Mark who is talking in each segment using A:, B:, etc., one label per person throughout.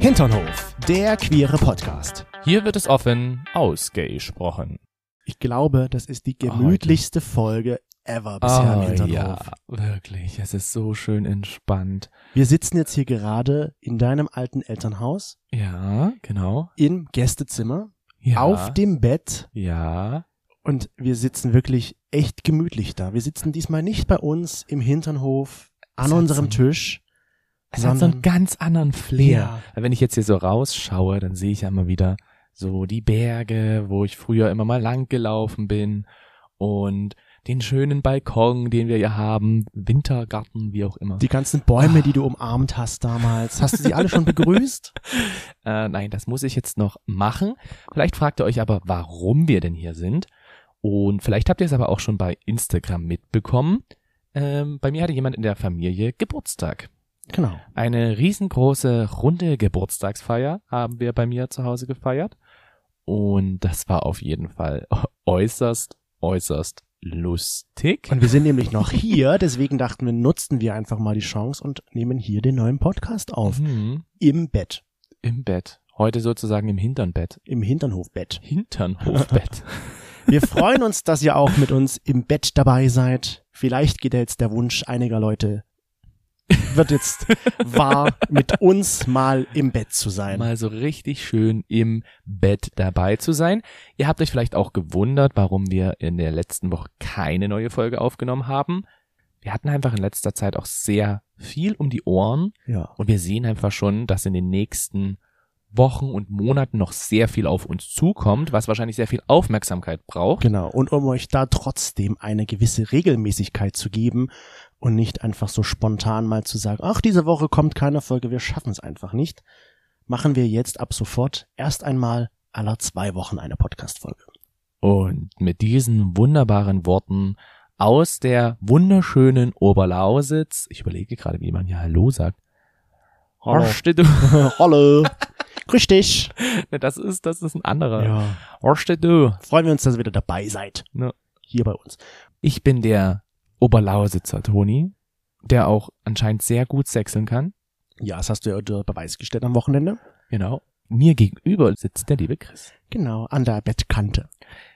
A: Hinternhof, der queere Podcast.
B: Hier wird es offen ausgesprochen.
A: Ich glaube, das ist die gemütlichste Folge ever bisher im Hinternhof.
B: Ah, ja, wirklich. Es ist so schön entspannt.
A: Wir sitzen jetzt hier gerade in deinem alten Elternhaus
B: Ja, genau.
A: im Gästezimmer
B: Ja,
A: auf dem Bett
B: ja,
A: und wir sitzen wirklich echt gemütlich da. Wir sitzen diesmal nicht bei uns im Hinternhof an
B: Es hat
A: unserem
B: so
A: Tisch.
B: Es hat so einen
A: sondern-
B: ganz anderen Flair.
A: Ja.
B: Weil Wenn ich jetzt hier so rausschaue, dann sehe ich ja immer wieder so die Berge, wo ich früher immer mal lang gelaufen bin und den schönen Balkon, den wir hier haben, Wintergarten, wie auch immer.
A: die ganzen Bäume, die du umarmt hast damals. Hast du sie alle schon begrüßt?
B: Äh, nein, das muss ich jetzt noch machen. Vielleicht fragt ihr euch aber, warum wir denn hier sind. Und vielleicht habt ihr es aber auch schon bei Instagram mitbekommen. Ähm, bei mir hatte jemand in der Familie Geburtstag.
A: Genau.
B: Eine riesengroße runde Geburtstagsfeier haben wir bei mir zu Hause gefeiert. Und das war auf jeden Fall äußerst, äußerst lustig.
A: Und wir sind nämlich noch hier, deswegen dachten wir, nutzten wir einfach mal die Chance und nehmen hier den neuen Podcast auf.
B: Mhm,
A: Im Bett,
B: Im Bett. Heute sozusagen im Hinternbett.
A: im Hinternhofbett.
B: Hinternhofbett.
A: Wir freuen uns, dass ihr auch mit uns im Bett dabei seid. Vielleicht geht ja jetzt der Wunsch einiger Leute, wird jetzt wahr, mit uns mal im Bett zu sein.
B: mal so richtig schön im Bett dabei zu sein. Ihr habt euch vielleicht auch gewundert, warum wir in der letzten Woche keine neue Folge aufgenommen haben. Wir hatten einfach in letzter Zeit auch sehr viel um die Ohren
A: Ja.
B: und wir sehen einfach schon, dass in den nächsten Wochen und Monaten noch sehr viel auf uns zukommt, was wahrscheinlich sehr viel Aufmerksamkeit braucht.
A: Genau. Und um euch da trotzdem eine gewisse Regelmäßigkeit zu geben und nicht einfach so spontan mal zu sagen, ach, diese Woche kommt keine Folge, wir schaffen es einfach nicht, machen wir jetzt ab sofort erst einmal aller zwei Wochen eine Podcast-Folge.
B: Und mit diesen wunderbaren Worten aus der wunderschönen Oberlausitz, ich überlege gerade, wie man hier Hallo sagt.
A: Hallo.
B: Horste du.
A: Hallo. Grüß dich.
B: Ne, Das ist, das ist ein anderer.
A: Ja.
B: Horste du.
A: Freuen wir uns, dass ihr wieder dabei seid.
B: Ja.
A: Hier bei uns.
B: Ich bin der Oberlausitzer Toni, der auch anscheinend sehr gut sechseln kann.
A: Ja, das hast du ja unter Beweis gestellt am Wochenende.
B: Genau. Mir gegenüber sitzt der liebe Chris.
A: Genau, an der Bettkante.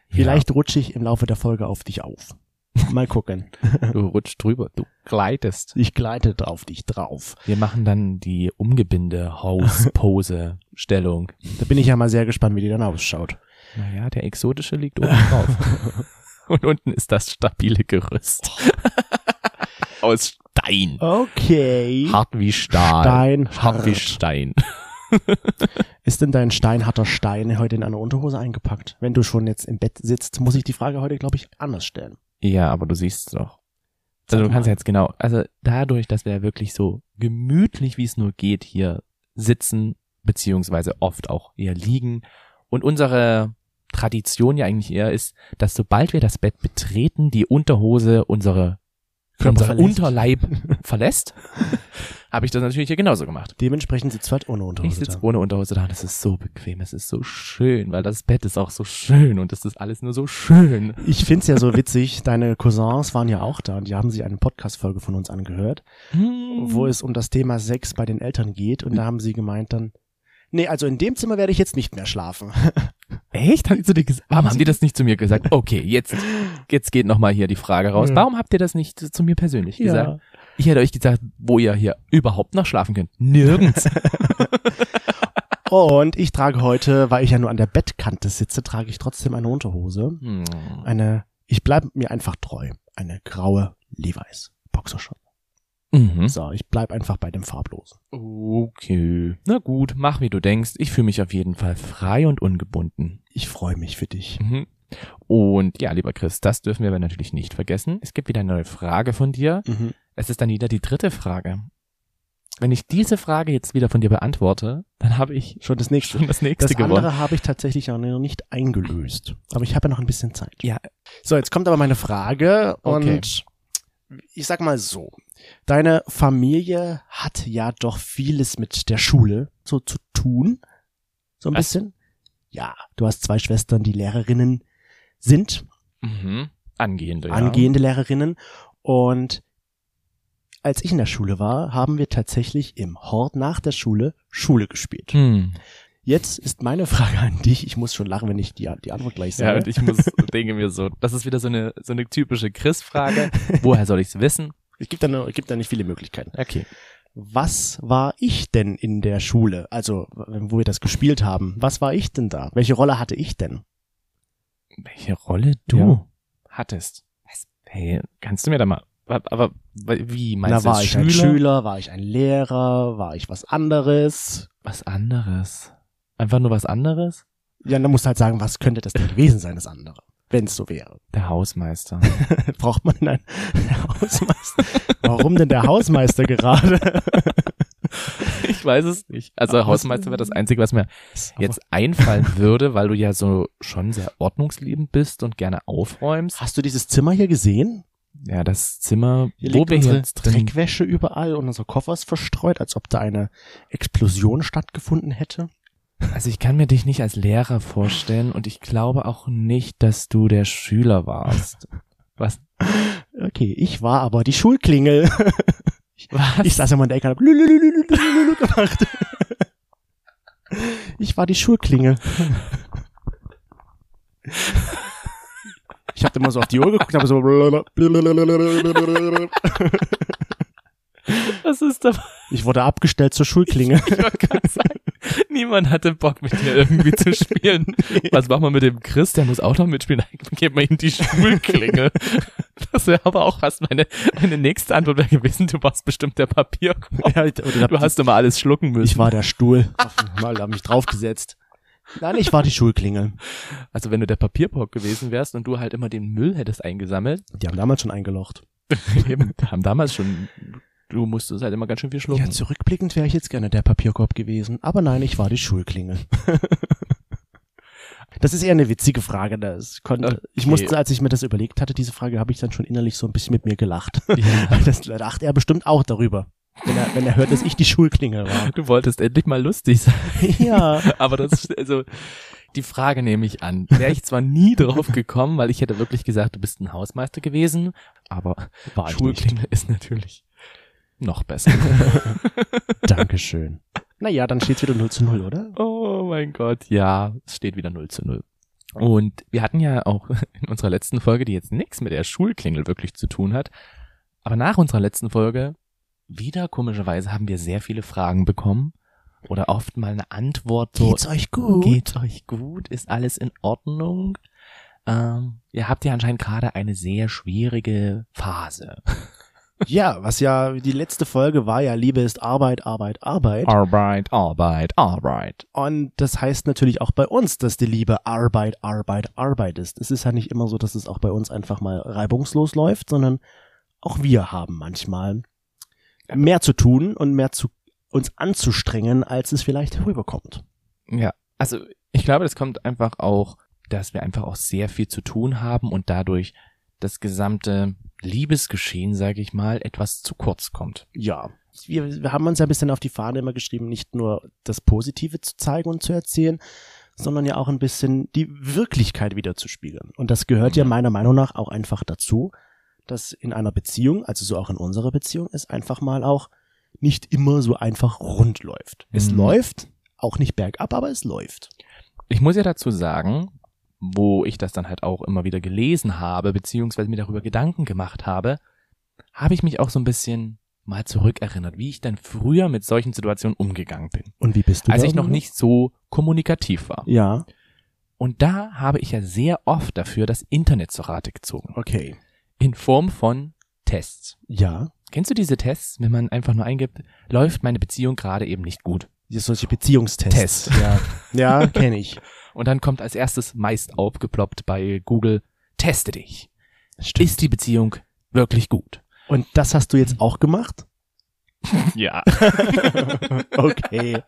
A: Vielleicht rutsche ich im Laufe der Folge auf dich auf. Mal gucken.
B: Ja, du rutscht drüber, du gleitest.
A: Ich gleite auf dich drauf.
B: Wir machen dann die umgebinde Haus-Pose-Stellung.
A: Da bin ich ja mal sehr gespannt, wie die dann ausschaut.
B: Naja, der exotische liegt oben drauf. Und unten ist das stabile Gerüst. Aus Stein.
A: Okay.
B: Hart wie Stahl.
A: Stein,
B: Hart wie
A: hart.
B: Stein.
A: Ist denn dein steinharter Stein heute in eine Unterhose eingepackt? Wenn du schon jetzt im Bett sitzt, muss ich die Frage heute, glaube ich, anders stellen.
B: Ja, aber du siehst es doch.
A: Sag
B: Also du kannst
A: mal.
B: jetzt genau, also dadurch, dass wir ja wirklich so gemütlich, wie es nur geht, hier sitzen, beziehungsweise oft auch eher liegen. Und unsere Tradition ja eigentlich eher ist, dass sobald wir das Bett betreten, die Unterhose unsere,
A: Körper
B: unseren
A: verlässt.
B: Unterleib verlässt, habe ich das natürlich hier genauso gemacht.
A: Dementsprechend sitzt du halt ohne
B: Ich
A: Unterhose
B: sitze
A: da.
B: ohne Unterhose da und es ist so bequem, es ist so schön, weil das Bett ist auch so schön und es ist alles nur so schön.
A: Ich find's ja so witzig, deine Cousins waren ja auch da und die haben sich eine Podcast-Folge von uns angehört. wo es um das Thema Sex bei den Eltern geht. Und da haben sie gemeint dann, nee, also in dem Zimmer werde ich jetzt nicht mehr schlafen.
B: Echt? Haben die, zu dir gesagt, warum haben die das nicht zu mir gesagt? Okay, jetzt, jetzt geht nochmal hier die Frage raus.
A: Ja.
B: Warum habt ihr das nicht zu mir persönlich gesagt?
A: Ja.
B: Ich hätte euch gesagt, wo ihr hier überhaupt noch schlafen könnt. Nirgends.
A: Und ich trage heute, weil ich ja nur an der Bettkante sitze, trage ich trotzdem eine Unterhose.
B: Hm.
A: Eine, ich bleibe mir einfach treu. Eine graue Levi's Boxershot.
B: mhm.
A: So, ich bleib einfach bei dem Farblosen.
B: Okay. Na gut, mach wie du denkst. Ich fühle mich auf jeden Fall frei und ungebunden.
A: Ich freue mich für dich.
B: Mhm. Und ja, lieber Chris, das dürfen wir aber natürlich nicht vergessen. Es gibt wieder eine neue Frage von dir.
A: Mhm.
B: Es ist dann wieder die dritte Frage. Wenn ich diese Frage jetzt wieder von dir beantworte, dann habe ich
A: Schon das nächste.
B: schon das nächste
A: Das
B: gewonnen.
A: andere habe ich tatsächlich noch nicht eingelöst. Aber ich habe ja noch ein bisschen Zeit.
B: Ja.
A: So, jetzt kommt aber meine Frage und
B: Okay.
A: ich sag mal so. Deine Familie hat ja doch vieles mit der Schule so zu tun. So ein
B: Was?
A: bisschen. Ja, du hast zwei Schwestern, die Lehrerinnen sind,
B: Mhm. Angehende. Ja.
A: angehende Lehrerinnen. Und als ich in der Schule war, haben wir tatsächlich im Hort nach der Schule Schule gespielt.
B: Hm.
A: Jetzt ist meine Frage an dich. Ich muss schon lachen, wenn ich die, die Antwort gleich
B: Ja,
A: sage.
B: und ich muss, denke mir so, das ist wieder so eine, so eine typische Chris-Frage. Woher soll ich's wissen?
A: ich gebe da, nur- ich geb da nicht viele Möglichkeiten.
B: Okay.
A: Was war ich denn in der Schule? Also, wo wir das gespielt haben. Was war ich denn da? Welche Rolle hatte ich denn?
B: Welche Rolle du
A: Ja.
B: hattest? Was? Hey, kannst du mir da mal, aber, aber wie
A: Na,
B: meinst
A: war
B: du
A: ich
B: halt Schüler?
A: ein Schüler? War ich ein Lehrer? War ich was anderes?
B: Was anderes? Einfach nur was anderes?
A: Ja, dann musst du halt sagen, was könnte das denn gewesen sein, das andere? Wenn es so wäre.
B: Der Hausmeister.
A: Braucht man einen Hausmeister? Warum denn der Hausmeister gerade?
B: ich weiß es nicht. Also
A: Aber-
B: Hausmeister wäre das Einzige, was mir jetzt einfallen würde, weil du ja so schon sehr ordnungsliebend bist und gerne aufräumst.
A: Hast du dieses Zimmer hier gesehen?
B: Ja, das Zimmer,
A: Hier
B: wo
A: liegt
B: wir
A: unsere
B: jetzt drin
A: Dreckwäsche überall und unser Koffer ist verstreut, als ob da eine Explosion stattgefunden hätte.
B: Also ich kann mir dich nicht als Lehrer vorstellen und ich glaube auch nicht, dass du der Schüler warst. Was?
A: Okay, ich war aber die Schulklingel.
B: Was?
A: Ich saß immer in der Ecke und hab lülülülülülülülü gemacht. Ich war die Schulklingel. Ich habe immer so auf die Uhr geguckt, habe so
B: was ist da?
A: Ich wurde abgestellt zur Schulklingel.
B: Ich wollte gerade sagen, niemand hatte Bock mit dir irgendwie zu spielen. Was machen wir mit dem Chris? Der muss auch noch mitspielen. Dann geben wir ihm die Schulklinge. Das wäre aber auch fast meine, meine nächste Antwort wäre gewesen. Du warst bestimmt der Papierkorb.
A: Ja, ich- oder ich hab-
B: Du hast immer alles schlucken
A: ich
B: müssen.
A: war der Stuhl. Mal habe mich draufgesetzt. Nein, ich war die Schulklingel.
B: Also wenn du der Papierkorb gewesen wärst und du halt immer den Müll hättest eingesammelt,
A: Die haben damals schon eingelocht.
B: eben, haben damals schon, du musstest halt immer ganz schön viel schlucken.
A: Ja, zurückblickend wäre ich jetzt gerne der Papierkorb gewesen, aber nein, ich war die Schulklingel. Das ist eher eine witzige Frage. Das konnte, Ich
B: Okay.
A: musste, als ich mir das überlegt hatte, diese Frage, habe ich dann schon innerlich so ein bisschen mit mir gelacht.
B: Ja.
A: Weil das lacht er bestimmt auch darüber, wenn er, wenn er hört, dass ich die Schulklingel war.
B: Du wolltest endlich mal lustig sein,
A: Ja,
B: aber das also die Frage nehme ich an. Wäre ich zwar nie drauf gekommen, weil ich hätte wirklich gesagt, du bist ein Hausmeister gewesen, aber
A: war ich nicht.
B: Schulklingel ist natürlich noch besser.
A: Dankeschön. Naja, dann steht's wieder 0 zu 0, oder?
B: Oh mein Gott, ja, es steht wieder 0 zu 0. Und wir hatten ja auch in unserer letzten Folge, die jetzt nichts mit der Schulklingel wirklich zu tun hat, aber nach unserer letzten Folge, wieder komischerweise, haben wir sehr viele Fragen bekommen oder oft mal eine Antwort so,
A: Geht's euch gut?
B: Geht's euch gut? Ist alles in Ordnung? Ähm, ihr habt ja anscheinend gerade eine sehr schwierige Phase.
A: Ja, was ja, die letzte Folge war ja, Liebe ist Arbeit, Arbeit, Arbeit.
B: Arbeit, Arbeit, Arbeit.
A: Und das heißt natürlich auch bei uns, dass die Liebe Arbeit, Arbeit, Arbeit ist. Es ist ja nicht immer so, dass es auch bei uns einfach mal reibungslos läuft, sondern auch wir haben manchmal mehr zu tun und mehr zu uns anzustrengen, als es vielleicht rüberkommt.
B: Ja, also ich glaube, das kommt einfach auch, dass wir einfach auch sehr viel zu tun haben und dadurch das gesamte Liebesgeschehen, sage ich mal, etwas zu kurz kommt.
A: Ja. Wir, wir haben uns ja ein bisschen auf die Fahne immer geschrieben, nicht nur das Positive zu zeigen und zu erzählen, sondern ja auch ein bisschen die Wirklichkeit wieder zu spiegeln. Und das gehört ja meiner Meinung nach auch einfach dazu, dass in einer Beziehung, also so auch in unserer Beziehung, es einfach mal auch nicht immer so einfach rund läuft. Es
B: Mhm.
A: läuft, auch nicht bergab, aber es läuft.
B: Ich muss ja dazu sagen, wo ich das dann halt auch immer wieder gelesen habe, beziehungsweise mir darüber Gedanken gemacht habe, habe ich mich auch so ein bisschen mal zurückerinnert, wie ich dann früher mit solchen Situationen umgegangen bin,
A: Und wie bist du?
B: als
A: da
B: ich noch
A: umgegangen?
B: nicht so kommunikativ war.
A: Ja,
B: Und da habe ich ja sehr oft dafür das Internet zur Rate gezogen.
A: okay.
B: In Form von Tests.
A: Ja.
B: Kennst du diese Tests, wenn man einfach nur eingibt, läuft meine Beziehung gerade eben nicht gut?
A: Hier ist Solche Beziehungstests.
B: Test.
A: Ja, ja kenne ich.
B: Und dann kommt als erstes meist aufgeploppt bei Google, teste dich.
A: Stimmt.
B: Ist die Beziehung wirklich gut?
A: Und das hast du jetzt auch gemacht?
B: Ja.
A: Okay.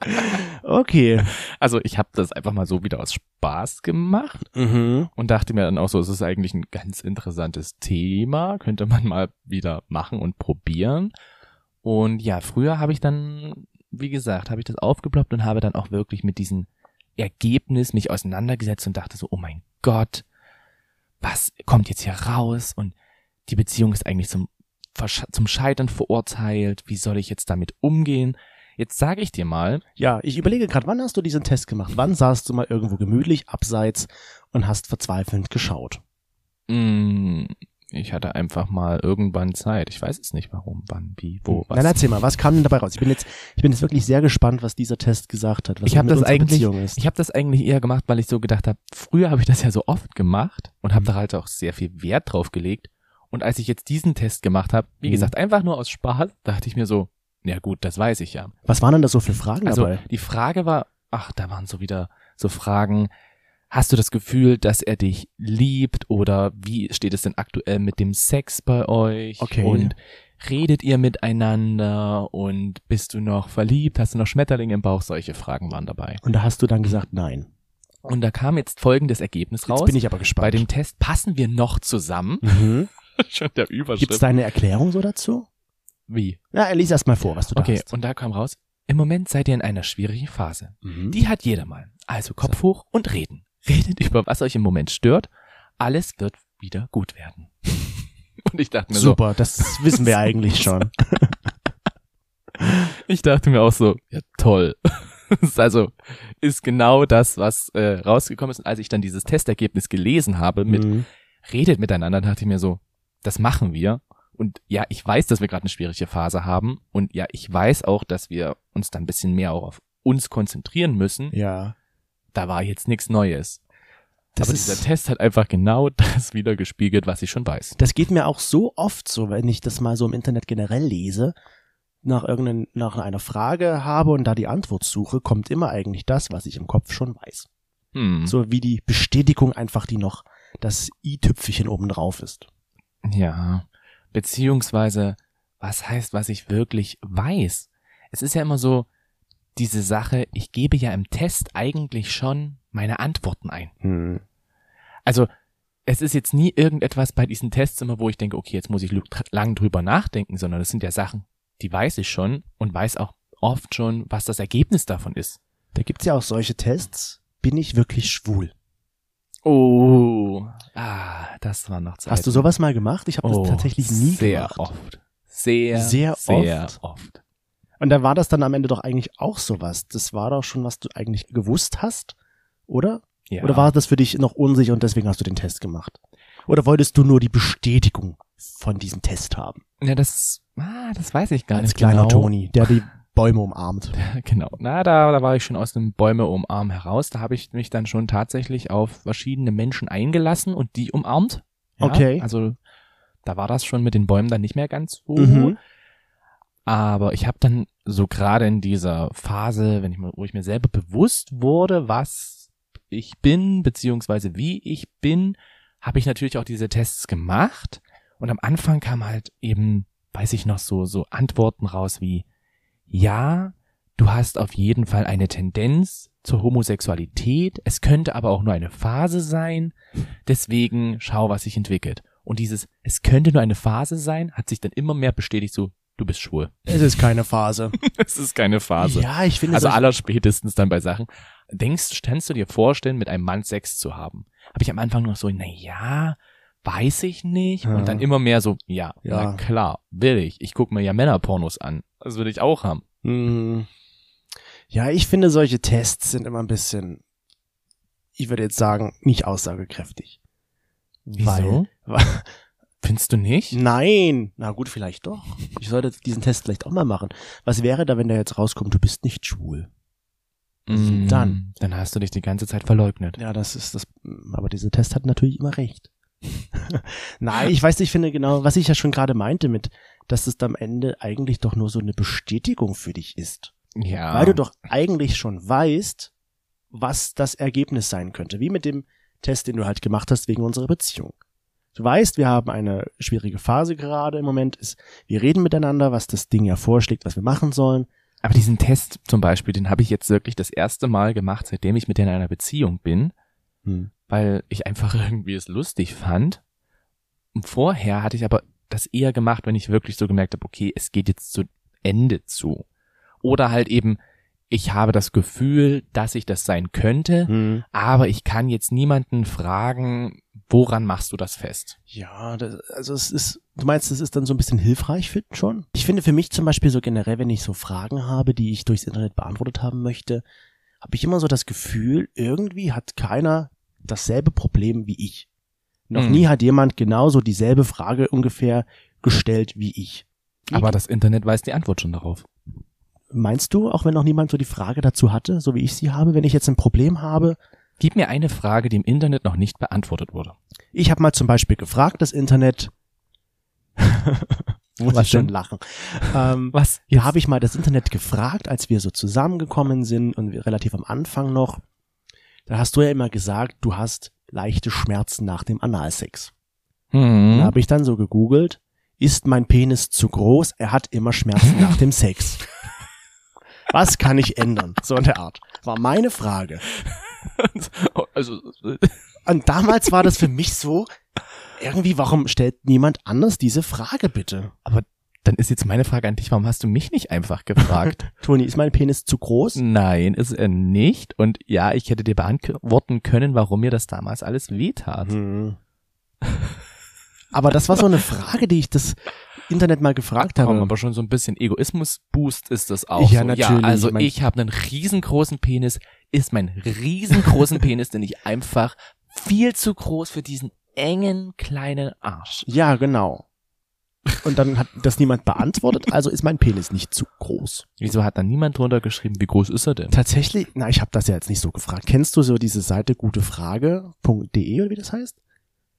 A: Okay.
B: Also ich habe das einfach mal so wieder aus Spaß gemacht
A: Mhm.
B: und dachte mir dann auch so, es ist eigentlich ein ganz interessantes Thema, könnte man mal wieder machen und probieren. Und ja, früher habe ich dann, wie gesagt, habe ich das aufgeploppt und habe dann auch wirklich mit diesem Ergebnis mich auseinandergesetzt und dachte so, oh mein Gott, was kommt jetzt hier raus? Und die Beziehung ist eigentlich zum versch- zum Scheitern verurteilt, wie soll ich jetzt damit umgehen? Jetzt sage ich dir mal,
A: Ja, ich überlege gerade, wann hast du diesen Test gemacht? Wann saßt du mal irgendwo gemütlich abseits und hast verzweifelnd geschaut?
B: mh, Hm, ich hatte einfach mal irgendwann Zeit. Ich weiß es nicht warum, wann, wie, wo, Hm, was.
A: Nein, Hm. erzähl mal, was kam denn dabei raus? Ich bin jetzt, ich bin jetzt wirklich sehr gespannt, was dieser Test gesagt hat, was
B: Ich hab
A: mit
B: das
A: unserer
B: eigentlich-
A: Beziehung ist.
B: Ich habe das eigentlich eher gemacht, weil ich so gedacht habe, früher habe ich das ja so oft gemacht und
A: Hm.
B: habe da halt auch sehr viel Wert drauf gelegt. Und als ich jetzt diesen Test gemacht habe, wie
A: Mhm.
B: gesagt, einfach nur aus Spaß, dachte ich mir so, ja gut, das weiß ich ja.
A: Was waren denn da so für Fragen
B: Also
A: dabei?
B: die Frage war, ach, da waren so wieder so Fragen, hast du das Gefühl, dass er dich liebt oder wie steht es denn aktuell mit dem Sex bei euch?
A: Okay.
B: Und redet ihr miteinander und bist du noch verliebt? Hast du noch Schmetterlinge im Bauch? Solche Fragen waren dabei.
A: Und da hast du dann gesagt, nein.
B: Und da kam jetzt folgendes Ergebnis
A: Jetzt
B: raus.
A: bin ich aber gespannt.
B: Bei dem Test passen wir noch zusammen.
A: mhm.
B: Schon der Überschrift.
A: Gibt's da eine Erklärung so dazu?
B: Wie?
A: Na, lies erst mal vor, was du da
B: Okay,
A: hast.
B: und da kam raus, im Moment seid ihr in einer schwierigen Phase.
A: Mhm.
B: Die hat jeder mal. Also Kopf hoch und reden. Redet über was euch im Moment stört. Alles wird wieder gut werden. Und ich dachte mir
A: Super, das wissen wir eigentlich schon.
B: so, ich dachte mir auch so, ja toll. Das ist also ist genau das, was äh, rausgekommen ist. Und als ich dann dieses Testergebnis gelesen habe mit
A: Mhm.
B: redet miteinander, dachte ich mir so, das machen wir. Und ja, ich weiß, dass wir gerade eine schwierige Phase haben. Und ja, ich weiß auch, dass wir uns dann ein bisschen mehr auch auf uns konzentrieren müssen.
A: Ja.
B: Da war jetzt nichts Neues.
A: Das,
B: Aber dieser
A: ist,
B: Test hat einfach genau das wieder gespiegelt, was ich schon weiß.
A: das geht mir auch so oft so, wenn ich das mal so im Internet generell lese, nach irgendein, nach einer Frage habe und da die Antwort suche, kommt immer eigentlich das, was ich im Kopf schon weiß.
B: Hm.
A: So wie die Bestätigung einfach, die noch das i-Tüpfelchen oben drauf ist.
B: Ja. Beziehungsweise, was heißt, was ich wirklich weiß? Es ist ja immer so, diese Sache, ich gebe ja im Test eigentlich schon meine Antworten ein.
A: Hm.
B: Also, es ist jetzt nie irgendetwas bei diesen Tests immer, wo ich denke, okay, jetzt muss ich lü- tr- lang drüber nachdenken, sondern das sind ja Sachen, die weiß ich schon und weiß auch oft schon, was das Ergebnis davon ist.
A: Da gibt's ja auch solche Tests. Bin ich wirklich schwul?
B: Oh. Ah, das war noch Zeit.
A: Hast du sowas mal gemacht? Ich habe das tatsächlich nie
B: Oh, sehr
A: gemacht.
B: Oft. Sehr,
A: Sehr
B: sehr
A: oft?
B: oft.
A: Und da war das dann am Ende doch eigentlich auch sowas. Das war doch schon, was du eigentlich gewusst hast, oder?
B: Ja.
A: Oder war das für dich noch unsicher und deswegen hast du den Test gemacht? Oder wolltest du nur die Bestätigung von diesem Test haben?
B: Ja, das, ah, das weiß ich gar
A: Als
B: nicht.
A: kleiner
B: genau.
A: Toni, der die Bäume umarmt.
B: Genau. Na, da, da war ich schon aus dem Bäume umarmen heraus. Da habe ich mich dann schon tatsächlich auf verschiedene Menschen eingelassen und die umarmt. Ja,
A: Okay.
B: Also, da war das schon mit den Bäumen dann nicht mehr ganz so.
A: Mhm.
B: Aber ich habe dann so gerade in dieser Phase, wenn ich mir, wo ich mir selber bewusst wurde, was ich bin, beziehungsweise wie ich bin, habe ich natürlich auch diese Tests gemacht. Und am Anfang kam halt eben, weiß ich noch, so, so Antworten raus wie, ja, du hast auf jeden Fall eine Tendenz zur Homosexualität. Es könnte aber auch nur eine Phase sein. Deswegen schau, was sich entwickelt. Und dieses, es könnte nur eine Phase sein, hat sich dann immer mehr bestätigt, so, du bist schwul.
A: Es ist keine Phase.
B: Es ist keine Phase.
A: Ja, ich finde
B: also
A: solche-
B: allerspätestens dann bei Sachen. Denkst, kannst du dir vorstellen, mit einem Mann Sex zu haben? Habe ich am Anfang noch so, na ja, weiß ich nicht.
A: Ja.
B: Und dann immer mehr so, ja,
A: Ja.
B: na klar, will ich. Ich gucke mir ja Männerpornos an. Das würde ich auch haben.
A: Hm. Ja, ich finde, solche Tests sind immer ein bisschen, ich würde jetzt sagen, nicht aussagekräftig.
B: Wieso?
A: Weil,
B: Findest du nicht?
A: nein, na gut, vielleicht doch. Ich sollte diesen Test vielleicht auch mal machen. Was wäre da, wenn der jetzt rauskommt, du bist nicht schwul?
B: Mm,
A: Dann.
B: Dann hast du dich die ganze Zeit verleugnet.
A: Ja, das ist das, aber dieser Test hat natürlich immer recht. nein, ich weiß nicht, ich finde genau, was ich ja schon gerade meinte mit, dass es am Ende eigentlich doch nur so eine Bestätigung für dich ist.
B: Ja.
A: weil du doch eigentlich schon weißt, was das Ergebnis sein könnte. Wie mit dem Test, den du halt gemacht hast wegen unserer Beziehung. Du weißt, wir haben eine schwierige Phase gerade im Moment. Ist, wir reden miteinander, was das Ding ja vorschlägt, was wir machen sollen.
B: Aber diesen Test zum Beispiel, den habe ich jetzt wirklich das erste Mal gemacht, seitdem ich mit dir in einer Beziehung bin,
A: Hm.
B: weil ich einfach irgendwie es lustig fand. Und vorher hatte ich aber das eher gemacht, wenn ich wirklich so gemerkt habe, okay, es geht jetzt zu Ende zu. Oder halt eben, ich habe das Gefühl, dass ich das sein könnte,
A: Hm.
B: aber ich kann jetzt niemanden fragen, woran machst du das fest?
A: Ja, das, also es ist, du meinst, es ist dann so ein bisschen hilfreich für schon? Ich finde für mich zum Beispiel so generell, wenn ich so Fragen habe, die ich durchs Internet beantwortet haben möchte, habe ich immer so das Gefühl, irgendwie hat keiner dasselbe Problem wie ich. Noch
B: Hm.
A: nie hat jemand genauso dieselbe Frage ungefähr gestellt wie ich.
B: Aber das Internet weiß die Antwort schon darauf.
A: Meinst du, auch wenn noch niemand so die Frage dazu hatte, so wie ich sie habe, wenn ich jetzt ein Problem habe?
B: Gib mir eine Frage, die im Internet noch nicht beantwortet wurde.
A: Ich habe mal zum Beispiel gefragt, das Internet. Muss
B: Was
A: ich schon
B: denn?
A: lachen. Ähm,
B: Was?
A: Ja, habe ich mal das Internet gefragt, als wir so zusammengekommen sind und wir relativ am Anfang noch. Da hast du ja immer gesagt, du hast leichte Schmerzen nach dem Analsex.
B: Hm.
A: Da habe ich dann so gegoogelt, ist mein Penis zu groß, er hat immer Schmerzen nach dem Sex. Was kann ich ändern? So in der Art. War meine Frage.
B: Also, äh,
A: Und damals war das für mich so, irgendwie, warum stellt niemand anders diese Frage bitte?
B: dann ist jetzt meine Frage an dich, warum hast du mich nicht einfach gefragt?
A: Toni, ist mein Penis zu groß?
B: Nein, ist er nicht. Und ja, ich hätte dir beantworten können, warum mir das damals alles wehtat.
A: Mhm. Aber das war so eine Frage, die ich das Internet mal gefragt
B: Komm,
A: habe.
B: aber schon so ein bisschen Egoismus-Boost ist das auch.
A: Ja,
B: so. Ja,
A: natürlich.
B: also
A: Ich mein-
B: ich habe einen riesengroßen Penis, ist mein riesengroßen Penis, den ich einfach viel zu groß für diesen engen kleinen Arsch.
A: Ja, genau. Und dann hat das niemand beantwortet, also ist mein Penis nicht zu groß.
B: Wieso hat da niemand drunter geschrieben, wie groß ist er denn?
A: Tatsächlich, na, ich habe das ja jetzt nicht so gefragt. Kennst du so diese Seite gutefrage.de oder wie das heißt?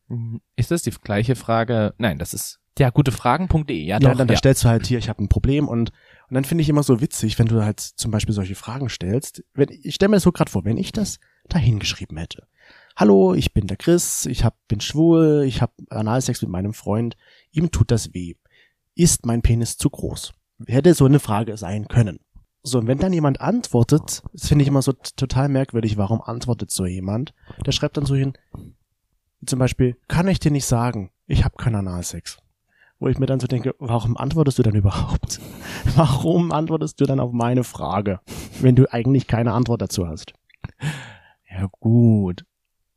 B: Hm, Ist das die gleiche Frage? Nein, das ist ja gutefragen.de. E, Ja,
A: ja,
B: doch,
A: dann da
B: ja.
A: stellst du halt hier, ich habe ein Problem und und dann finde ich immer so witzig, wenn du halt zum Beispiel solche Fragen stellst. Wenn, ich stelle mir das so gerade vor, wenn ich das da hingeschrieben hätte. Hallo, ich bin der Chris, ich hab, bin schwul, ich habe Analsex mit meinem Freund, ihm tut das weh. Ist mein Penis zu groß? Hätte so eine Frage sein können. So, und wenn dann jemand antwortet, das finde ich immer so t- total merkwürdig, warum antwortet so jemand? Der schreibt dann so hin, zum Beispiel, kann ich dir nicht sagen, ich habe keinen Analsex wo ich mir dann so denke, warum antwortest du dann überhaupt? Warum antwortest du dann auf meine Frage, wenn du eigentlich keine Antwort dazu hast?
B: ja, gut.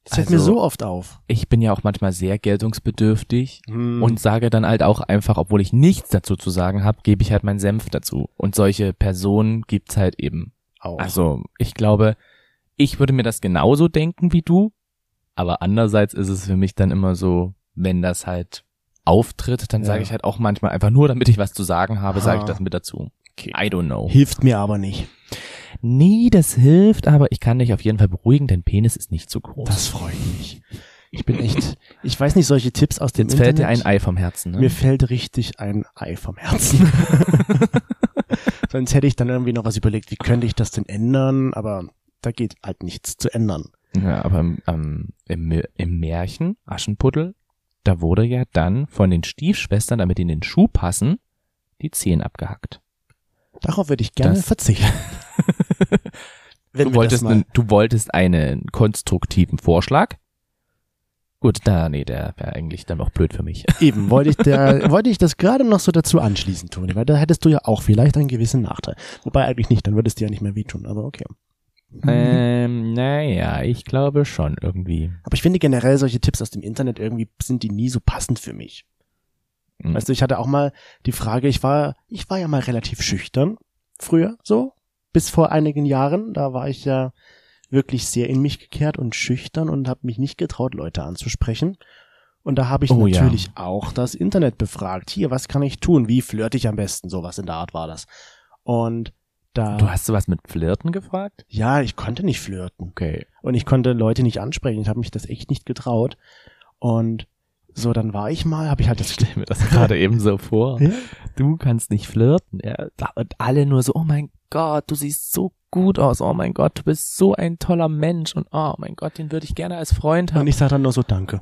A: Das fällt mir
B: Also-
A: so oft auf. Hm,
B: Ich bin ja auch manchmal sehr geltungsbedürftig und
A: Und
B: sage dann halt auch einfach, obwohl ich nichts dazu zu sagen habe, gebe ich halt meinen Senf dazu. Und solche Personen gibt's halt eben.
A: auch.
B: Also, ich glaube, ich würde mir das genauso denken wie du, aber andererseits ist es für mich dann immer so, wenn das halt auftritt, dann
A: Ja.
B: sage ich halt auch manchmal einfach nur, damit ich was zu sagen habe, sage ich
A: Ah.
B: das mit dazu.
A: Okay.
B: I don't know.
A: Hilft mir aber nicht.
B: Nee, das hilft, aber ich kann dich auf jeden Fall beruhigen, dein Penis ist nicht zu groß.
A: Das freut mich. Ich bin echt, ich weiß nicht, solche Tipps aus dem
B: Jetzt fällt
A: Internet.
B: dir ein Ei vom Herzen, ne?
A: Mir fällt richtig ein Ei vom Herzen. Sonst hätte ich dann irgendwie noch was überlegt, wie könnte ich das denn ändern, aber da geht halt nichts zu ändern.
B: Ja, aber im, ähm, im, Mä- im Märchen, Aschenputtel, da wurde ja dann von den Stiefschwestern, damit die in den Schuh passen, die Zehen abgehackt.
A: Darauf würde ich gerne
B: Das-
A: verzichten. Wenn
B: du,
A: wir das
B: wolltest
A: mal-
B: einen, du wolltest einen konstruktiven Vorschlag. Gut, da, nee, der wäre eigentlich dann auch blöd für mich.
A: Eben, wollte ich, da, wollte ich das gerade noch so dazu anschließen, Toni, weil da hättest du ja auch vielleicht einen gewissen Nachteil. Wobei eigentlich nicht, dann würdest du ja nicht mehr wehtun, aber okay.
B: ähm, naja, ich glaube schon irgendwie.
A: Aber ich finde generell solche Tipps aus dem Internet irgendwie sind die nie so passend für mich.
B: Mhm.
A: Weißt du, ich hatte auch mal die Frage, ich war, ich war ja mal relativ schüchtern früher, so, bis vor einigen Jahren, da war ich ja wirklich sehr in mich gekehrt und schüchtern und habe mich nicht getraut, Leute anzusprechen. Und da habe ich
B: Oh ja.
A: natürlich auch das Internet befragt. Hier, was kann ich tun? Wie flirte ich am besten? Sowas in der Art war das. Und da,
B: Du hast sowas mit Flirten gefragt?
A: ja, ich konnte nicht flirten
B: Okay.
A: und ich konnte Leute nicht ansprechen. Ich habe mich das echt nicht getraut. Und so, dann war ich mal, habe ich halt das.
B: Stell mir das gerade eben so vor.
A: Ja.
B: du kannst nicht flirten. Ja. Und alle nur so, oh mein Gott, du siehst so gut aus. Oh mein Gott, du bist so ein toller Mensch. Und oh mein Gott, den würde ich gerne als Freund
A: Und
B: haben.
A: ich sage dann nur so Danke.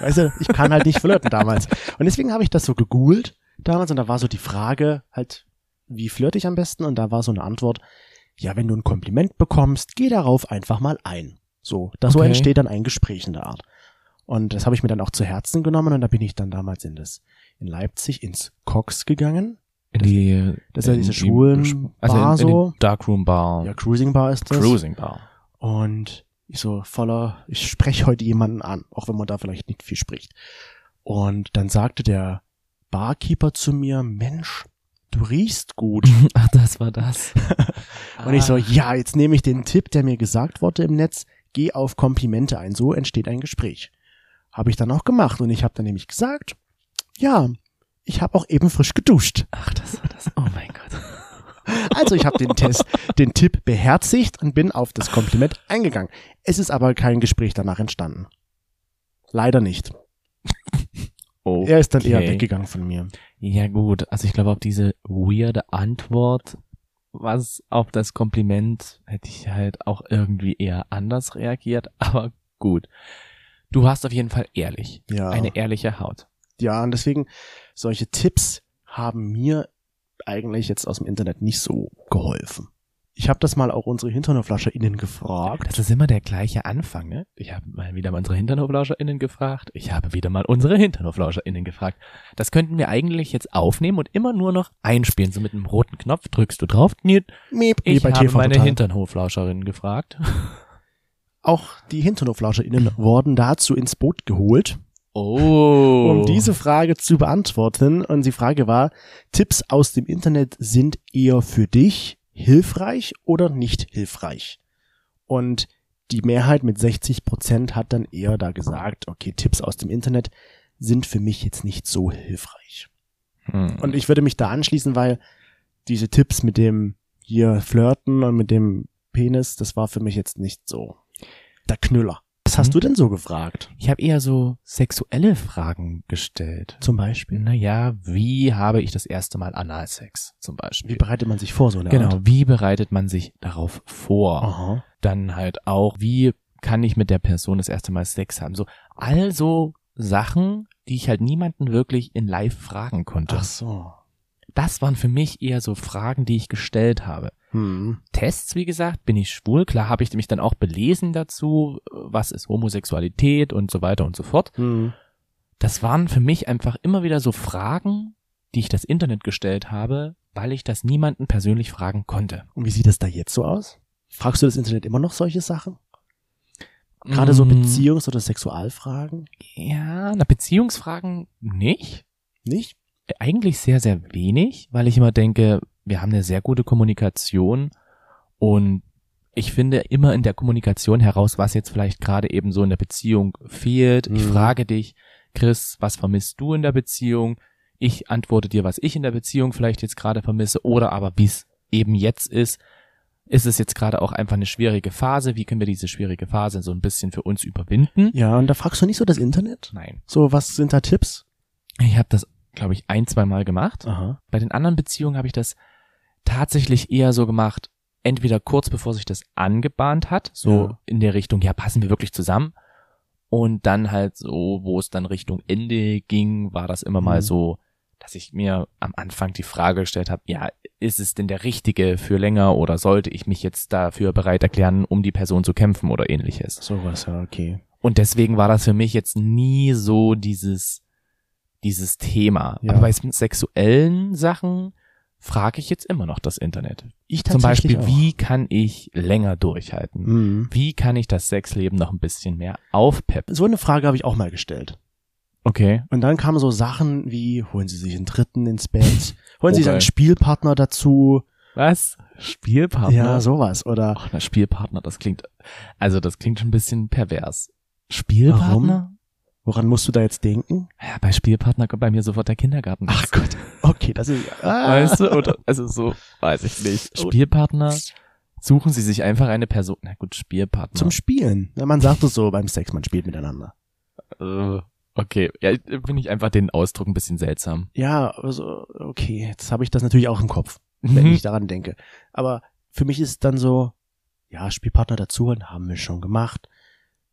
A: weißt du, ich kann halt nicht flirten damals. Und deswegen habe ich das so gegoogelt damals und da war so die Frage halt, wie flirte ich am besten? Und da war so eine Antwort, ja, wenn du ein Kompliment bekommst, geh darauf einfach mal ein. So, das so
B: Okay.
A: entsteht dann ein Gespräch in der Art. Und das habe ich mir dann auch zu Herzen genommen und da bin ich dann damals in das in Leipzig ins Cox gegangen.
B: In die,
A: Das ist ja
B: in
A: diese
B: die-
A: schwulen
B: also in,
A: Bar
B: in
A: so.
B: den Darkroom Bar.
A: Ja, Cruising Bar ist das.
B: Oh. Cruising Bar.
A: Und ich so voller, ich spreche heute jemanden an, auch wenn man da vielleicht nicht viel spricht. Und dann sagte der Barkeeper zu mir, Mensch, du riechst gut.
B: Ach, das war das.
A: Und ich so, ja, jetzt nehme ich den Tipp, der mir gesagt wurde im Netz, geh auf Komplimente ein, so entsteht ein Gespräch. Habe ich dann auch gemacht und ich habe dann nämlich gesagt, ja, ich habe auch eben frisch geduscht.
B: Ach, das war das. Oh mein Gott.
A: Also ich habe den Test, den Tipp beherzigt und bin auf das Kompliment eingegangen. Es ist aber kein Gespräch danach entstanden. Leider nicht.
B: Oh.
A: Er ist dann eher
B: Okay.
A: weggegangen von mir.
B: Ja gut, also ich glaube auf diese weirde Antwort, was auf das Kompliment, hätte ich halt auch irgendwie eher anders reagiert, aber gut. Du hast auf jeden Fall ehrlich,
A: Ja.
B: eine ehrliche Haut.
A: ja, und deswegen, solche Tipps haben mir eigentlich jetzt aus dem Internet nicht so geholfen. Ich habe das mal auch unsere Hinternflasche innen gefragt.
B: Das ist immer der gleiche Anfang, ne? Ich habe mal wieder mal unsere HinternhoflauscherInnen gefragt, ich habe wieder mal unsere HinternhoflauscherInnen gefragt. Das könnten wir eigentlich jetzt aufnehmen und immer nur noch einspielen, so mit einem roten Knopf drückst du drauf. Nee,
A: Miep, wie
B: ich
A: bei
B: habe
A: TV
B: meine
A: Total.
B: HinternhoflauscherInnen gefragt.
A: Auch die HinternoflauscherInnen wurden dazu ins Boot geholt,
B: Oh.
A: um diese Frage zu beantworten. Und die Frage war, Tipps aus dem Internet sind eher für dich hilfreich oder nicht hilfreich? Und die Mehrheit mit 60 Prozent hat dann eher da gesagt, okay, Tipps aus dem Internet sind für mich jetzt nicht so hilfreich.
B: Hm.
A: Und ich würde mich da anschließen, weil diese Tipps mit dem hier flirten und mit dem Penis, das war für mich jetzt nicht so der Knüller. Was hast
B: Mhm.
A: du denn so gefragt?
B: Ich habe eher so sexuelle Fragen gestellt.
A: Zum Beispiel.
B: Naja, wie habe ich das erste Mal Analsex
A: Wie
B: zum Beispiel?
A: bereitet man Oh. sich vor so eine
B: genau,
A: Art?
B: wie bereitet man sich darauf vor?
A: Aha.
B: Dann halt auch, wie kann ich mit der Person das erste Mal Sex haben? So, all so Sachen, die ich halt niemanden wirklich in live fragen konnte.
A: Ach so.
B: Das waren für mich eher so Fragen, die ich gestellt habe.
A: Hm.
B: Tests, wie gesagt, bin ich schwul. Klar habe ich mich dann auch belesen dazu, was ist Homosexualität und so weiter und so fort.
A: Hm.
B: das waren für mich einfach immer wieder so Fragen, die ich das Internet gestellt habe, weil ich das niemanden persönlich fragen konnte.
A: Und wie sieht das da jetzt so aus? Fragst du das Internet immer noch solche Sachen? Gerade so
B: Mm,
A: Beziehungs- oder Sexualfragen?
B: Ja, na, Beziehungsfragen nicht.
A: Nicht?
B: Eigentlich sehr, sehr wenig, weil ich immer denke, wir haben eine sehr gute Kommunikation und ich finde immer in der Kommunikation heraus, was jetzt vielleicht gerade eben so in der Beziehung fehlt. Ich
A: Mhm.
B: frage dich, Chris, was vermisst du in der Beziehung? Ich antworte dir, was ich in der Beziehung vielleicht jetzt gerade vermisse oder aber wie es eben jetzt ist. Ist es jetzt gerade auch einfach eine schwierige Phase? Wie können wir diese schwierige Phase so ein bisschen für uns überwinden?
A: Ja, und da fragst du nicht so das Internet?
B: Nein.
A: So, was sind da Tipps?
B: Ich habe das, glaube ich, ein, zwei Mal gemacht.
A: Aha.
B: Bei den anderen Beziehungen habe ich das tatsächlich eher so gemacht, entweder kurz bevor sich das angebahnt hat, so
A: Ja.
B: in der Richtung, ja, passen wir wirklich zusammen. Und dann halt so, wo es dann Richtung Ende ging, war das immer
A: Mhm.
B: mal so, dass ich mir am Anfang die Frage gestellt habe, ja, ist es denn der Richtige für länger oder sollte ich mich jetzt dafür bereit erklären, um die Person zu kämpfen oder ähnliches?
A: Sowas, ja, okay.
B: Und deswegen war das für mich jetzt nie so dieses, dieses Thema.
A: Ja.
B: Aber bei sexuellen Sachen frage ich jetzt immer noch das Internet.
A: Ich
B: Zum
A: tatsächlich
B: Beispiel,
A: auch.
B: wie kann ich länger durchhalten?
A: Mhm.
B: Wie kann ich das Sexleben noch ein bisschen mehr aufpeppen?
A: So eine Frage habe ich auch mal gestellt.
B: Okay.
A: Und dann kamen so Sachen wie, holen Sie sich einen Dritten ins Bett, holen Sie
B: Oh,
A: sich
B: geil.
A: einen Spielpartner dazu,
B: Was? Spielpartner?
A: ja, sowas. Oder
B: Ach, na, Spielpartner, das klingt, also das klingt schon ein bisschen pervers. Spielpartner?
A: woran musst du da jetzt denken?
B: Ja, bei Spielpartner kommt bei mir sofort der Kindergarten.
A: Ach Gott, okay, das ist, ah,
B: Weißt du, oder, also so, weiß ich nicht. Spielpartner, suchen Sie sich einfach eine Person, na gut, Spielpartner.
A: zum Spielen. Ja, Man sagt es so beim Sex, man spielt miteinander.
B: äh, okay, ja, ich- finde ich einfach den Ausdruck ein bisschen seltsam.
A: Ja, also, okay, jetzt habe ich das natürlich auch im Kopf,
B: Mhm.
A: wenn ich daran denke. Aber für mich ist dann so, ja, Spielpartner dazu holen, haben wir schon gemacht.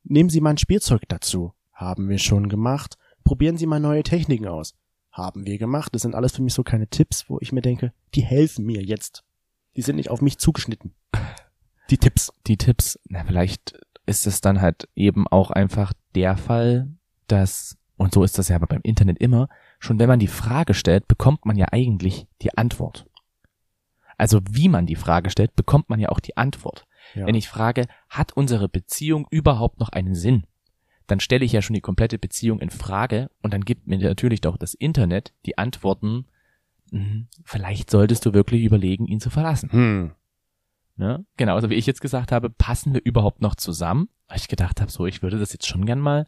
A: Nehmen Sie mal ein Spielzeug dazu, haben wir schon gemacht. Probieren Sie mal neue Techniken aus, haben wir gemacht. Das sind alles für mich so keine Tipps, wo ich mir denke, die helfen mir jetzt. Die sind nicht auf mich zugeschnitten. Die Tipps.
B: Die Tipps, na vielleicht ist es dann halt eben auch einfach der Fall, dass, und so ist das ja aber beim Internet immer, schon wenn man die Frage stellt, bekommt man ja eigentlich die Antwort. Also wie man die Frage stellt, bekommt man ja auch die Antwort.
A: Ja.
B: Wenn ich frage, hat unsere Beziehung überhaupt noch einen Sinn? Dann stelle ich ja schon die komplette Beziehung in Frage und dann gibt mir natürlich doch das Internet die Antworten, "Hm, vielleicht solltest du wirklich überlegen, ihn zu verlassen.
A: hm.
B: Ne? Genau, also wie ich jetzt gesagt habe, passen wir überhaupt noch zusammen? Weil ich gedacht habe, so, ich würde das jetzt schon gern mal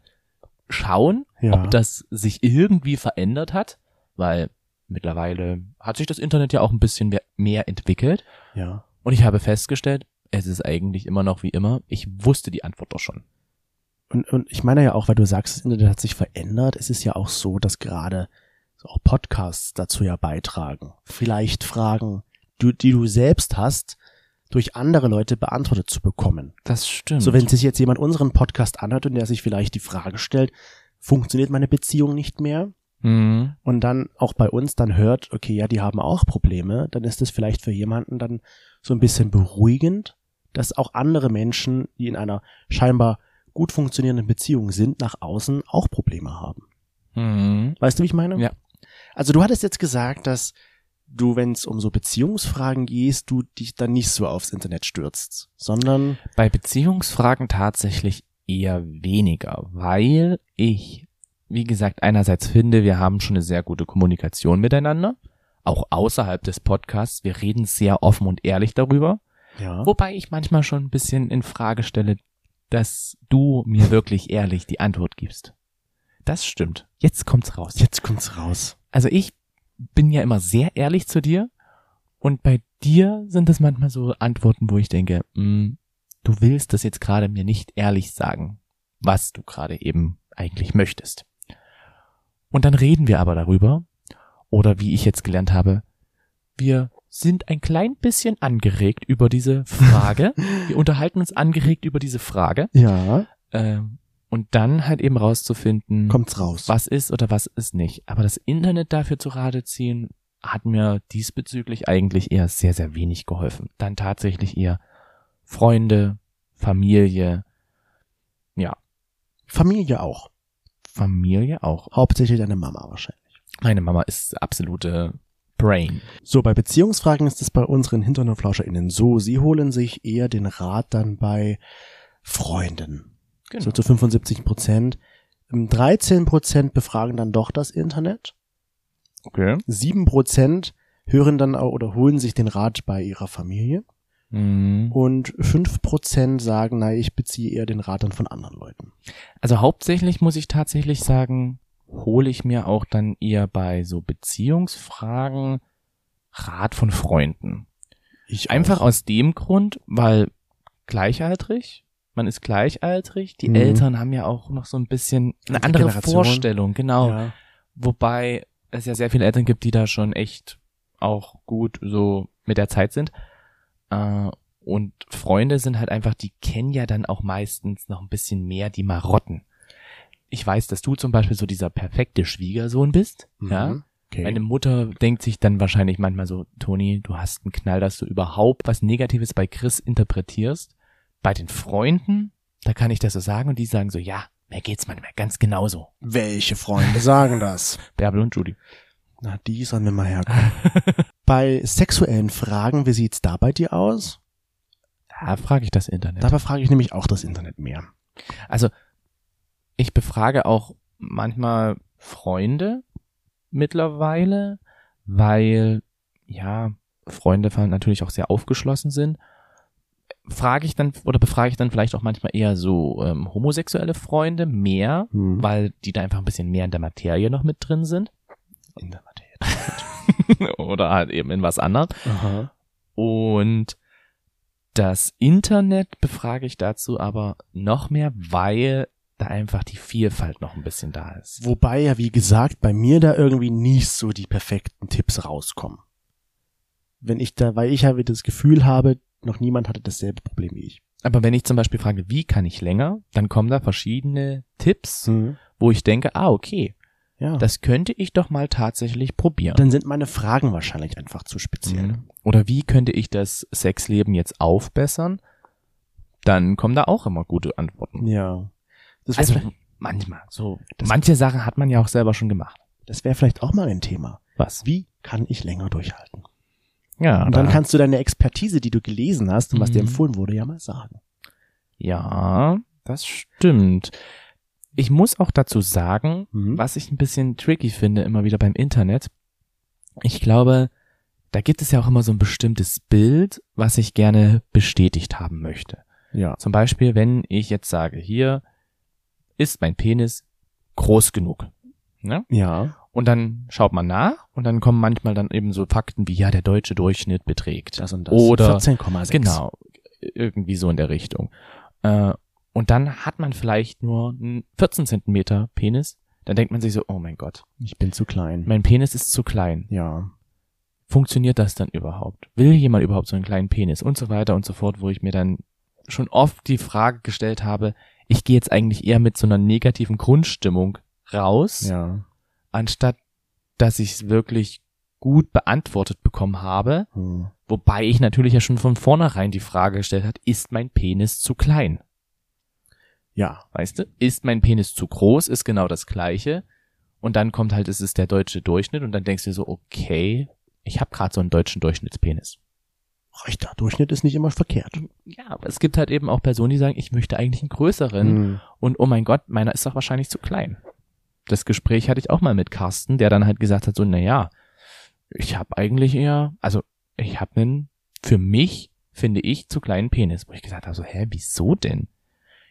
B: schauen,
A: Ja.
B: ob das sich irgendwie verändert hat, weil mittlerweile hat sich das Internet ja auch ein bisschen mehr- mehr entwickelt
A: ja.
B: und ich habe festgestellt, es ist eigentlich immer noch wie immer. Ich wusste die Antwort doch schon.
A: Und, und ich meine ja auch, weil du sagst, das Internet hat sich verändert. Es ist ja auch so, dass gerade so auch Podcasts dazu ja beitragen. Vielleicht Fragen, die, die du selbst hast, durch andere Leute beantwortet zu bekommen.
B: Das stimmt.
A: So, wenn sich jetzt jemand unseren Podcast anhört und der sich vielleicht die Frage stellt, funktioniert meine Beziehung nicht mehr?
B: mhm.
A: Und dann auch bei uns dann hört, okay, ja, die haben auch Probleme, dann ist es vielleicht für jemanden dann so ein bisschen beruhigend, dass auch andere Menschen, die in einer scheinbar gut funktionierenden Beziehung sind, nach außen auch Probleme haben.
B: Mhm.
A: Weißt du, wie ich meine?
B: Ja.
A: Also du hattest jetzt gesagt, dass du, wenn es um so Beziehungsfragen gehst, du dich dann nicht so aufs Internet stürzt, sondern
B: Bei Beziehungsfragen tatsächlich eher weniger, weil ich, wie gesagt, einerseits finde, wir haben schon eine sehr gute Kommunikation miteinander, auch außerhalb des Podcasts. Wir reden sehr offen und ehrlich darüber,
A: ja.
B: wobei ich manchmal schon ein bisschen in Frage stelle, dass du mir wirklich ehrlich die Antwort gibst. Das stimmt. Jetzt kommt's raus.
A: Jetzt kommt's raus.
B: Also ich bin ja immer sehr ehrlich zu dir und bei dir sind es manchmal so Antworten, wo ich denke, "Mm, du willst das jetzt gerade mir nicht ehrlich sagen, was du gerade eben eigentlich möchtest. Und dann reden wir aber darüber oder wie ich jetzt gelernt habe, wir sind ein klein bisschen angeregt über diese Frage. wir unterhalten uns angeregt über diese Frage
A: Ja.
B: ähm, und dann halt eben rauszufinden,
A: Kommt's raus.
B: was ist oder was ist nicht. Aber das Internet dafür zu Rate ziehen, hat mir diesbezüglich eigentlich eher sehr, sehr wenig geholfen. Dann tatsächlich eher Freunde, Familie,
A: Familie auch.
B: Familie auch.
A: Hauptsächlich deine Mama wahrscheinlich.
B: Meine Mama ist absolute Brain.
A: So, bei Beziehungsfragen ist es bei unseren Hintern- und FlauscherInnen so. Sie holen sich eher den Rat dann bei Freunden. So zu 75 Prozent. 13 Prozent befragen dann doch das Internet.
B: Okay.
A: 7 Prozent hören dann au- oder holen sich den Rat bei ihrer Familie.
B: Mhm.
A: Und 5 Prozent sagen, na, ich beziehe eher den Rat dann von anderen Leuten.
B: Also hauptsächlich muss ich tatsächlich sagen, hole ich mir auch dann eher bei so Beziehungsfragen Rat von Freunden.
A: Ich
B: Einfach aus dem Grund, weil gleichaltrig, man ist gleichaltrig, die
A: Mhm.
B: Eltern haben ja auch noch so ein bisschen eine
A: Andere
B: andere
A: Generation.
B: Vorstellung, genau.
A: Ja.
B: Wobei es ja sehr viele Eltern gibt, die da schon echt auch gut so mit der Zeit sind. Äh, und Freunde sind halt einfach, die kennen ja dann auch meistens noch ein bisschen mehr die Marotten. Ich weiß, dass du zum Beispiel so dieser perfekte Schwiegersohn bist, ja.
A: Mhm. Okay.
B: Meine Mutter denkt sich dann wahrscheinlich manchmal so, Toni, du hast einen Knall, dass du überhaupt was Negatives bei Chris interpretierst. Bei den Freunden, da kann ich das so sagen und die sagen so, ja, mir geht's manchmal ganz genauso.
A: Welche Freunde sagen das?
B: Bärbel und Judy.
A: Na, die sollen wir mal herkommen. bei sexuellen Fragen, wie sieht's da bei dir aus?
B: Da frage ich das Internet.
A: Dabei frage ich nämlich auch das Internet mehr.
B: Also, ich befrage auch manchmal Freunde mittlerweile, weil, ja, Freunde natürlich auch sehr aufgeschlossen sind. Frage ich dann oder befrage ich dann vielleicht auch manchmal eher so ähm, homosexuelle Freunde mehr,
A: Hm.
B: weil die da einfach ein bisschen mehr in der Materie noch mit drin sind
A: In der Materie.
B: oder halt eben in was anderem.
A: Aha.
B: Und das Internet befrage ich dazu aber noch mehr, weil da einfach die Vielfalt noch ein bisschen da ist.
A: Wobei ja, wie gesagt, bei mir da irgendwie nicht so die perfekten Tipps rauskommen. Wenn ich da, weil ich ja wieder das Gefühl habe, noch niemand hatte dasselbe Problem wie ich.
B: Aber wenn ich zum Beispiel frage, wie kann ich länger, dann kommen da verschiedene Tipps, wo ich denke, ah, okay,
A: Ja.
B: das könnte ich doch mal tatsächlich probieren.
A: Dann sind meine Fragen wahrscheinlich einfach zu speziell.
B: Mhm. Oder wie könnte ich das Sexleben jetzt aufbessern? Dann kommen da auch immer gute Antworten.
A: Ja. Das
B: Also
A: war-
B: manchmal. So.
A: Das-
B: Manche Sachen hat man ja auch selber schon gemacht.
A: Das wäre vielleicht auch mal ein Thema.
B: Was?
A: Wie kann ich länger durchhalten?
B: Ja,
A: Und dann
B: Ah, da-
A: kannst du deine Expertise, die du gelesen hast und was dir
B: Mhm.
A: empfohlen wurde, ja mal sagen.
B: ja, das stimmt. Ich muss auch dazu sagen,
A: Mhm.
B: was ich ein bisschen tricky finde, immer wieder beim Internet. Ich glaube, da gibt es ja auch immer so ein bestimmtes Bild, was ich gerne bestätigt haben möchte.
A: Ja.
B: Zum Beispiel, wenn ich jetzt sage, hier ist mein Penis groß genug. Ne?
A: Ja.
B: Und dann schaut man nach und dann kommen manchmal dann eben so Fakten wie, ja, der deutsche Durchschnitt beträgt.
A: Das und das.
B: Oder
A: 14,6.
B: Genau, irgendwie so in der Richtung. Äh, und dann hat man vielleicht nur einen 14 Zentimeter Penis. Dann denkt man sich so, oh mein Gott,
A: Ich bin zu klein.
B: mein Penis ist zu klein.
A: Ja.
B: Funktioniert das dann überhaupt? Will jemand überhaupt so einen kleinen Penis? Und so weiter und so fort, wo ich mir dann schon oft die Frage gestellt habe, ich gehe jetzt eigentlich eher mit so einer negativen Grundstimmung raus,
A: Ja.
B: anstatt dass ich es wirklich gut beantwortet bekommen habe.
A: Hm.
B: Wobei ich natürlich ja schon von vornherein die Frage gestellt hat, ist mein Penis zu klein?
A: Ja.
B: Weißt du? Ist mein Penis zu groß? Ist genau das Gleiche. Und dann kommt halt, es ist der deutsche Durchschnitt und dann denkst du dir so, okay, ich habe gerade so einen deutschen Durchschnittspenis.
A: Rechter Durchschnitt ist nicht immer verkehrt.
B: Ja, aber es gibt halt eben auch Personen, die sagen, ich möchte eigentlich einen größeren
A: Hm.
B: und oh mein Gott, meiner ist doch wahrscheinlich zu klein. Das Gespräch hatte ich auch mal mit Carsten, der dann halt gesagt hat so, na ja, ich habe eigentlich eher, also ich habe einen für mich finde ich zu kleinen Penis, wo ich gesagt habe so, hä, wieso denn?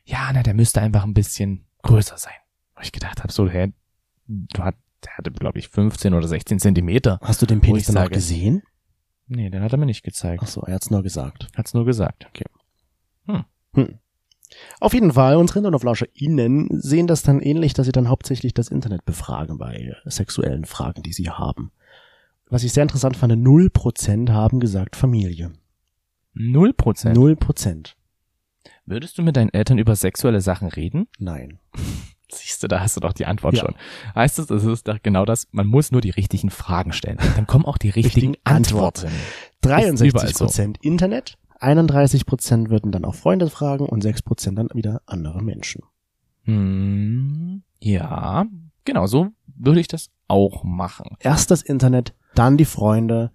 B: Ja, na, der müsste einfach ein bisschen größer sein. Wo ich gedacht habe so, hä, du hat, der hatte glaube ich 15 oder 16 Zentimeter.
A: Hast du den
B: Wo
A: Penis
B: ich
A: dann auch
B: sage-
A: gesehen?
B: Nee, den hat er mir nicht gezeigt.
A: Ach so, er hat's nur gesagt.
B: Hat's nur gesagt.
A: Auf jeden Fall, unsere HinternoflauscherInnen sehen das dann ähnlich, dass sie dann hauptsächlich das Internet befragen bei sexuellen Fragen, die sie haben. Was ich sehr interessant fand, 0% haben gesagt Familie.
B: Null Prozent.
A: 0%.
B: Würdest du mit deinen Eltern über sexuelle Sachen reden?
A: Nein.
B: Siehst du, da hast du doch die Antwort
A: Ja.
B: schon. Heißt es, es ist doch genau das, man muss nur die richtigen Fragen stellen. Dann kommen auch die richtigen
A: Richtigen Antworten.
B: Antworten.
A: 63%
B: überall so.
A: Internet, 31% würden dann auch Freunde fragen und 6% dann wieder andere Menschen.
B: Hm, ja, genau, so würde ich das auch machen.
A: Erst das Internet, dann die Freunde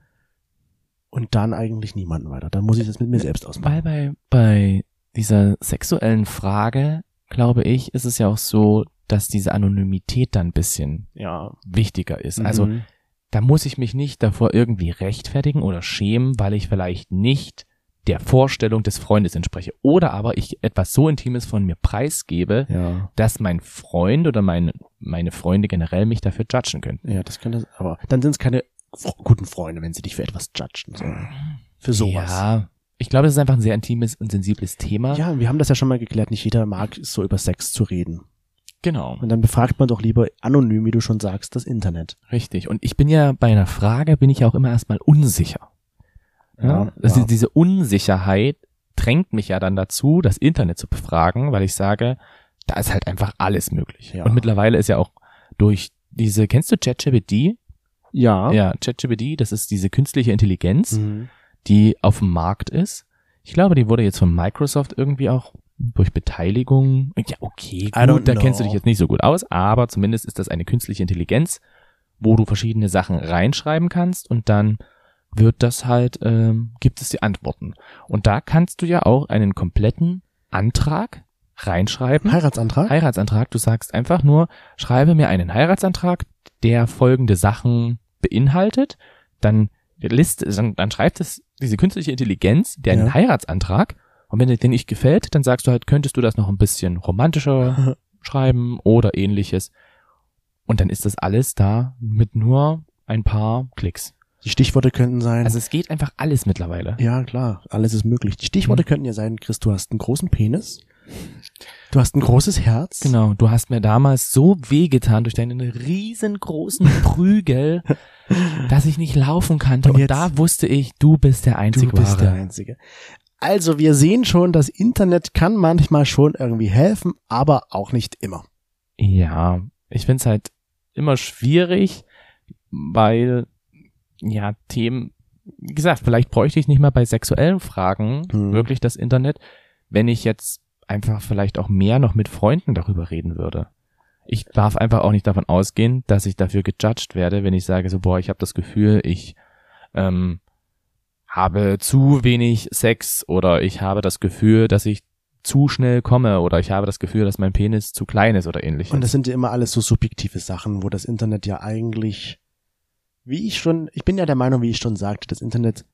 A: und dann eigentlich niemanden weiter. Dann muss ich das mit mir selbst ausmachen.
B: Weil bei, bei dieser sexuellen Frage, glaube ich, ist es ja auch so, dass diese Anonymität dann ein bisschen
A: Ja.
B: wichtiger ist. Also da muss ich mich nicht davor irgendwie rechtfertigen oder schämen, weil ich vielleicht nicht der Vorstellung des Freundes entspreche. Oder aber ich etwas so Intimes von mir preisgebe,
A: ja.
B: dass mein Freund oder meine, meine Freunde generell mich dafür judgen können.
A: Ja, das könnte, aber dann sind es keine fr- guten Freunde, wenn sie dich für etwas judgen. So. Für sowas.
B: Ja, ich glaube, das ist einfach ein sehr intimes und sensibles Thema.
A: Ja, wir haben das ja schon mal geklärt, nicht jeder mag es so über Sex zu reden.
B: Genau,
A: Und dann befragt man doch lieber anonym, wie du schon sagst, das Internet.
B: richtig. Und ich bin ja bei einer Frage, bin ich ja auch immer erstmal unsicher. Ja, also
A: ja.
B: Diese Unsicherheit drängt mich ja dann dazu, das Internet zu befragen, weil ich sage, da ist halt einfach alles möglich.
A: Ja.
B: Und mittlerweile ist ja auch durch diese, kennst du ChatGPT?
A: ja.
B: Ja, ChatGPT, das ist diese künstliche Intelligenz,
A: Mhm.
B: die auf dem Markt ist. Ich glaube, die wurde jetzt von Microsoft irgendwie auch durch Beteiligung. Ja, okay,
A: I don't
B: gut, da kennst du
A: know.
B: dich jetzt nicht so gut aus, aber zumindest ist das eine künstliche Intelligenz, wo du verschiedene Sachen reinschreiben kannst und dann wird das halt, ähm, gibt es die Antworten. Und da kannst du ja auch einen kompletten Antrag reinschreiben.
A: Heiratsantrag?
B: Heiratsantrag, du sagst einfach nur, schreibe mir einen Heiratsantrag, der folgende Sachen beinhaltet, dann list, dann, dann schreibt es diese künstliche Intelligenz, der einen
A: Ja.
B: Heiratsantrag, und wenn dir den nicht gefällt, dann sagst du halt, könntest du das noch ein bisschen romantischer schreiben oder ähnliches. Und dann ist das alles da mit nur ein paar Klicks.
A: Die Stichworte könnten sein.
B: Also es geht einfach alles mittlerweile.
A: ja, klar, alles ist möglich. Die Stichworte
B: Hm.
A: könnten ja sein, Chris, du hast einen großen Penis. Du hast ein großes Herz.
B: Genau, du hast mir damals so wehgetan durch deinen riesengroßen Prügel, dass ich nicht laufen kannte.
A: Und
B: Und,
A: jetzt-
B: da wusste ich, du bist der
A: Du
B: einzig
A: bist der
B: Wahre.
A: Einzige. Also wir sehen schon, das Internet kann manchmal schon irgendwie helfen, aber auch nicht immer.
B: Ja, ich find's halt immer schwierig, weil, ja, Themen, wie gesagt, vielleicht bräuchte ich nicht mal bei sexuellen Fragen
A: Hm.
B: wirklich das Internet, wenn ich jetzt einfach vielleicht auch mehr noch mit Freunden darüber reden würde. ich darf einfach auch nicht davon ausgehen, dass ich dafür gejudged werde, wenn ich sage, so, boah, ich habe das Gefühl, ich ähm, habe zu wenig Sex oder ich habe das Gefühl, dass ich zu schnell komme oder ich habe das Gefühl, dass mein Penis zu klein ist oder ähnliches.
A: Und das sind ja immer alles so subjektive Sachen, wo das Internet ja eigentlich, wie ich schon, ich bin ja der Meinung, wie ich schon sagte, das Internet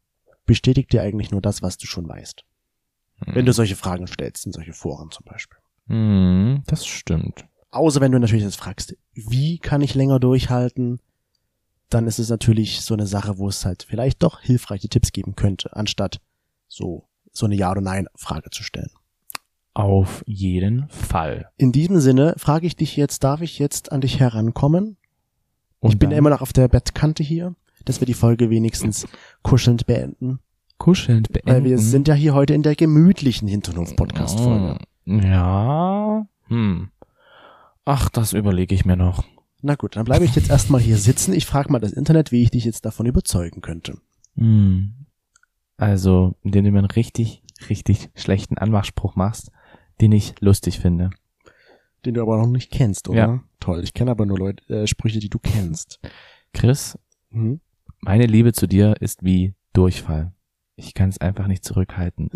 A: bestätigt dir eigentlich nur das, was du schon weißt.
B: Hm.
A: Wenn du solche Fragen stellst, in solche Foren zum Beispiel.
B: Hm, das stimmt.
A: Außer wenn du natürlich jetzt fragst, wie kann ich länger durchhalten, dann ist es natürlich so eine Sache, wo es halt vielleicht doch hilfreiche Tipps geben könnte, anstatt so, so eine Ja- oder Nein-Frage zu stellen.
B: Auf jeden Fall.
A: In diesem Sinne frage ich dich jetzt, darf ich jetzt an dich herankommen?
B: Und
A: ich bin
B: dann
A: immer noch auf der Bettkante hier, dass wir die Folge wenigstens kuschelnd beenden,
B: kuschelnd beenden.
A: weil wir sind ja hier heute in der gemütlichen
B: Ah.
A: Hinterhof-Podcast-Folge.
B: Hm. Ja. Hm. Ach, das überlege ich mir noch.
A: Na gut, dann bleibe ich jetzt erstmal hier sitzen. Ich frage mal das Internet, wie ich dich jetzt davon überzeugen könnte.
B: Hm. Also, indem du mir einen richtig, richtig schlechten Anmachspruch machst, den ich lustig finde.
A: Den du aber noch nicht kennst, oder?
B: Ja.
A: Toll, ich kenne aber nur Leute, äh, Sprüche, die du kennst.
B: Chris,
A: Mhm.
B: meine Liebe zu dir ist wie Durchfall. Ich kann es einfach nicht zurückhalten.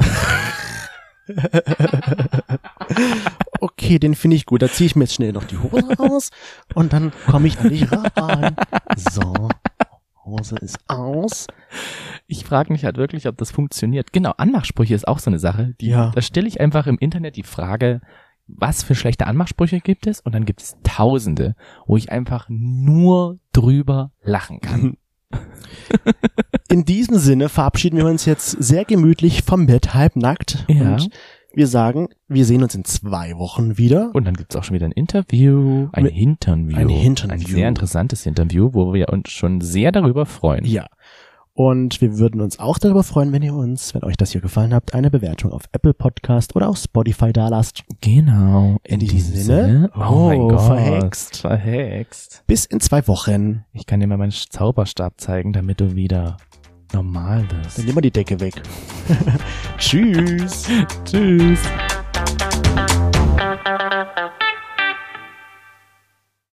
A: Okay, den finde ich gut. Da ziehe ich mir jetzt schnell noch die Hose aus und dann komme ich an dich ran. So, Hose ist aus.
B: Ich frage mich halt wirklich, ob das funktioniert. Genau, Anmachsprüche ist auch so eine Sache. Die,
A: Ja.
B: Da stelle ich einfach im Internet die Frage, was für schlechte Anmachsprüche gibt es? Und dann gibt es Tausende, wo ich einfach nur drüber lachen kann.
A: In diesem Sinne verabschieden wir uns jetzt sehr gemütlich vom Bett, halbnackt.
B: Ja.
A: Und wir sagen, wir sehen uns in zwei Wochen wieder.
B: Und dann gibt es auch schon wieder ein Interview, ein
A: Mit-
B: Hinternview.
A: ein Hinternview.
B: Ein sehr interessantes Interview, wo wir uns schon sehr darüber freuen.
A: Ja. Und wir würden uns auch darüber freuen, wenn ihr uns, wenn euch das hier gefallen hat, eine Bewertung auf Apple Podcast oder auf Spotify dalasst.
B: Genau.
A: In diesem Sinne.
B: Oh, mein
A: Oh,
B: Gott.
A: verhext.
B: Verhext.
A: Bis in zwei Wochen.
B: Ich kann dir mal meinen Zauberstab zeigen, damit du wieder normal
A: Dann
B: bist.
A: nehmen wir die Decke weg. Tschüss.
B: Tschüss.